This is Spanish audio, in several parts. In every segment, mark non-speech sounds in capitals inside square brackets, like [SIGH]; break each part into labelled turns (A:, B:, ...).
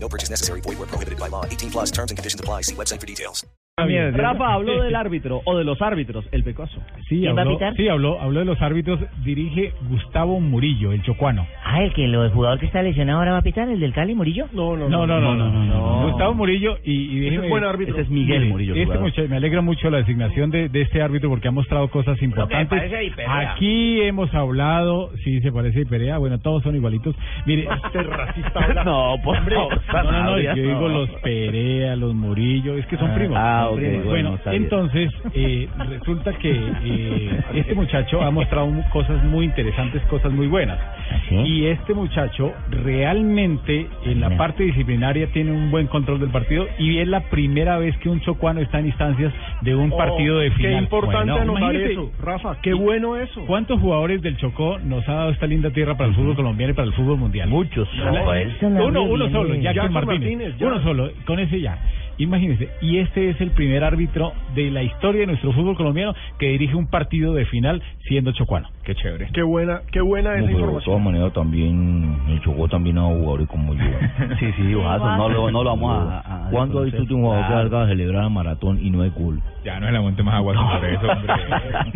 A: No purchase necessary. Void where prohibited by law. 18 plus terms and conditions apply. See website for details.
B: Miedo.
C: Rafa habló del árbitro o de los árbitros, el pecoso.
B: Sí,
D: ¿Quién va a
B: habló,
D: pitar?
B: sí habló, habló de los árbitros. Dirige Gustavo Murillo, el chocuano.
D: Ah, el que lo, el jugador que está lesionado ahora va a pitar, el del Cali Murillo.
C: No, no,
B: No, no, no, no. no,
E: Ah.
B: no. Gustavo Murillo y, y
C: Ese
B: déjeme-
C: es buen árbitro.
D: ese es Miguel
B: mire,
D: Murillo,
B: este
D: jugador.
B: muchacho- me alegra mucho la designación de, de este árbitro porque ha mostrado cosas importantes.
D: parece a Di Perea.
B: Aquí hemos hablado, sí, se parece a Di Perea. Bueno, todos son igualitos. Mire, [LAUGHS]
D: [LAUGHS] No, por favor,
B: No, no, no,
D: Sanabria,
B: yo digo
D: no.
B: los Perea, los Murillo, es que son
D: Ah,
B: primos.
D: ah,
B: Son
D: ok,
B: primos.
D: bueno,
B: Bueno,
D: está bien.
B: entonces eh, resulta que eh, este muchacho ha mostrado mu- cosas muy interesantes, cosas muy buenas.
D: ¿Ah, sí?
B: Y este muchacho realmente en la
D: Mira.
B: parte disciplinaria tiene un buen control del partido y es la primera vez que un chocuano está en instancias de
E: Oh,
B: un
D: Oh,
B: partido de final.
C: Qué importante
B: Bueno,
C: anotar
B: imagínate,
C: eso, Rafa. Qué bueno eso.
B: ¿Cuántos jugadores del Chocó nos ha dado esta linda tierra para el fútbol colombiano y para el fútbol mundial?
D: Muchos. Rafael Sanabria
B: eh, uno, uno
D: viene-
B: solo, Jackson,
C: Jackson
B: Martínez.
C: Martínez, ya.
B: uno solo, con ese ya. Imagínense, y este es el primer árbitro de la historia de nuestro fútbol colombiano que dirige un partido de final siendo chocuano. Qué chévere.
C: Qué buena, qué buena
F: No,
C: esa
F: pero de todas
C: información.
F: maneras también el Chocó también ha dado jugadores como yo.
D: [LAUGHS] Sí, sí, Ojazo, no lo, no lo vamos a... a- a
F: ¿Cuándo ha visto
D: desconocer.
F: usted un jugador que
D: Claro.
F: salga a celebrar a maratón y no es gol?
B: Ya no es la monte más agua sobre eso,
C: [LAUGHS]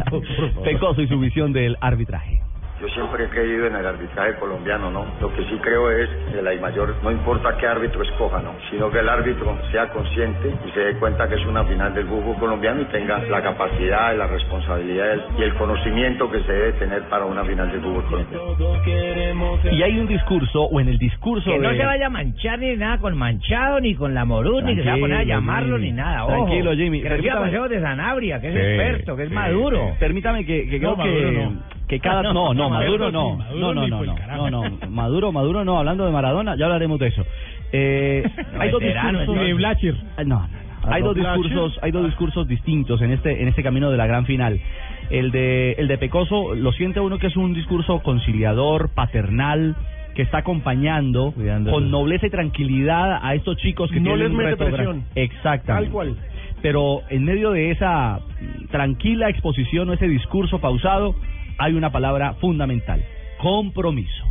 D: Pecoso y su visión del arbitraje.
G: Yo siempre he creído en el arbitraje colombiano, ¿no? Lo que sí creo es que la mayor, no importa qué árbitro escoja, ¿no? Sino que el árbitro sea consciente y se dé cuenta que es una final del fútbol colombiano y tenga la capacidad, la responsabilidad y el conocimiento que se debe tener para una final del fútbol colombiano.
C: Y hay un discurso, o en el discurso
D: Que
C: de...
D: no se vaya a manchar ni nada con Manchado, ni con la Morut, ni que se vaya a poner a
C: Tranquilo,
D: llamarlo,
C: Jimmy.
D: ni nada. Ojo,
C: Tranquilo, Jimmy.
D: Que reciba
C: Permítame.
D: consejos de Sanabria, que es
B: Sí,
D: experto, que es
B: sí,
D: maduro.
C: Permítame que, que creo
B: No,
C: que,
B: Maduro no.
C: que cada
B: No,
C: no no,
B: no,
C: Maduro
B: Maduro
C: no
B: sí, Maduro
C: no no
B: ni
C: no
B: por el
C: no
B: carajo.
C: no no Maduro Maduro no hablando de Maradona ya hablaremos de eso eh, hay dos
D: veterano,
C: discursos
D: entonces.
B: De Blacher.
C: Ah, no, no, no. hay dos discursos hay dos discursos distintos en este en este camino de la gran final el de el de Pecoso lo siente uno que es un discurso conciliador paternal que está acompañando
D: Cuidándolos.
C: con nobleza y tranquilidad a estos chicos que
B: No
C: tienen
B: les
C: un
B: mete
C: reto gran-
B: presión.
C: exactamente
B: Tal cual.
C: pero en medio de esa mm, tranquila exposición o ese discurso pausado, hay una palabra fundamental, compromiso.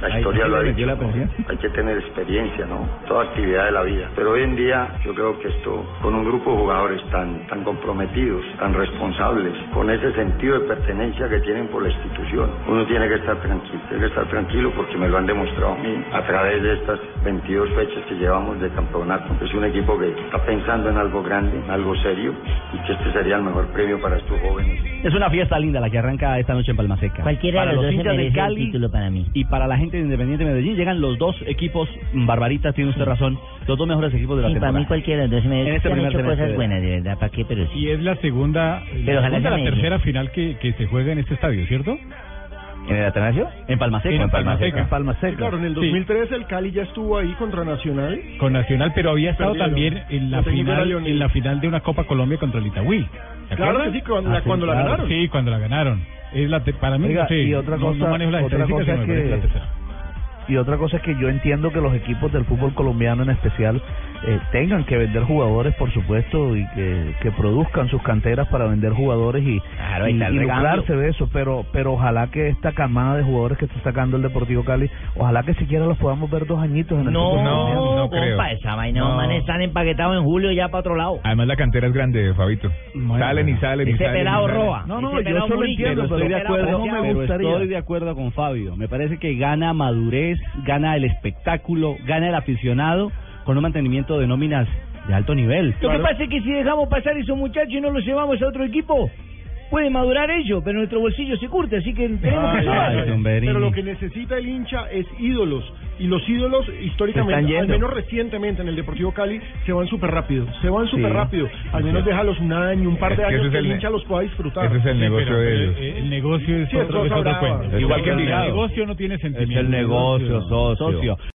G: La
C: Ahí-
G: historia
C: ahí
G: lo ha
C: le metió
G: dicho,
C: la
G: ¿no?
C: presión.
G: hay que tener experiencia, ¿no? Toda actividad de la vida. Pero hoy en día yo creo que esto, con un grupo de jugadores tan, tan comprometidos, tan responsables, con ese sentido de pertenencia que tienen por la institución, uno tiene que estar tranquilo, tiene que estar tranquilo porque me lo han demostrado a mí a través de estas 22 fechas que llevamos de campeonato. Es un equipo que está pensando en algo grande, en algo serio y que este sería el mejor premio para estos jóvenes.
C: Es una fiesta linda la que arranca esta noche en Palmaseca.
D: Cualquiera
C: para
D: de los dos se
C: hinchas de
D: merece el
C: Cali
D: título para mí.
C: y para la gente de Independiente Medellín llegan los dos equipos mm, barbaritas, tiene usted razón, los dos mejores equipos de la
D: Sí, para
C: temporada.
D: mí cualquiera de los dos se merece.
C: En este
D: han
C: primer
D: hecho cosas
C: semestre.
D: buenas, de verdad, ¿para qué? Pero sí.
B: Y es la segunda,
D: Pero
B: la,
D: ojalá
B: segunda,
D: sea
B: la
D: Medellín.
B: tercera final que, que se juega en este estadio, ¿cierto?
C: ¿En el Atanasio? En Palmaseca.
B: En Palmaseca.
C: En Palmaseca.
B: Claro, en el
E: 2003 el Cali ya estuvo ahí contra Nacional.
B: Con Nacional, pero había estado
E: Perdieron.
B: también en la
E: El técnico era
B: final
E: Leonel.
B: en la final de una Copa Colombia contra el Itagüí. ¿Se
E: Claro
B: acuerdan?
E: que sí, cuando, la,
C: Ah, sí,
E: cuando la
C: claro.
E: ganaron.
B: Sí, cuando la ganaron. Es la te- para mí,
F: Oiga,
B: sí,
F: y otra
B: no- no,
F: cosa-
B: manejo las
F: otra
B: estadísticas,
F: cosa
B: pero me
F: que-
B: parece la tercera.
F: Y otra cosa es que yo entiendo que los equipos del fútbol colombiano en especial eh, tengan que vender jugadores, por supuesto, y que, que produzcan sus canteras para vender jugadores y,
D: Claro, ahí
F: y,
D: está el
F: y
D: recambio.
F: lucrarse de eso. Pero, pero ojalá que esta camada de jugadores que está sacando el Deportivo Cali, ojalá que siquiera los podamos ver dos añitos en el
D: No,
F: fútbol
D: no,
F: colombiano.
D: creo. compa, esa vaina, no. man, están empaquetados en julio ya para otro lado.
H: Además la cantera es grande, Fabito.
F: Bueno,
H: salen y salen y
D: Ese
H: salen. y
D: pelado
H: salen.
D: roba.
F: No, no,
D: Ese
F: yo
D: pelado
F: eso lo
D: Murillo,
F: entiendo,
D: ese
C: Pero estoy de
D: pelado
C: acuerdo,
D: Murillo.
F: no me
C: pero
F: gustaría.
C: estoy de acuerdo con Fabio. Me parece que gana madurez, gana el espectáculo, gana el aficionado con un mantenimiento de nóminas de alto nivel.
D: Lo que pasa es que si dejamos pasar esos muchachos y no los llevamos a otro equipo, puede madurar ellos, pero nuestro bolsillo se curte, así que tenemos que
E: Ay,
D: sumar.
E: ay,
C: Ay,
E: ay.
C: don Berini.
E: Pero lo que necesita el hincha es ídolos. Y los ídolos,
F: Se están
E: históricamente, al
F: yendo.
E: menos recientemente en el Deportivo Cali, se van súper rápido. Se van súper rápido. Al menos déjalos un año, un par de
H: Es que
E: años
H: ese es
E: que el
H: el-
E: hincha los pueda disfrutar.
H: Ese es el negocio
B: pero,
H: de
B: pero,
H: ellos.
B: eh, El negocio es
E: Sí, es
B: otro, es
E: cosa
B: otra
E: brava.
B: cuenta.
E: Es
B: Igual que
E: otra
B: el
E: brava.
B: negocio no tiene sentimiento.
C: negocio, socio.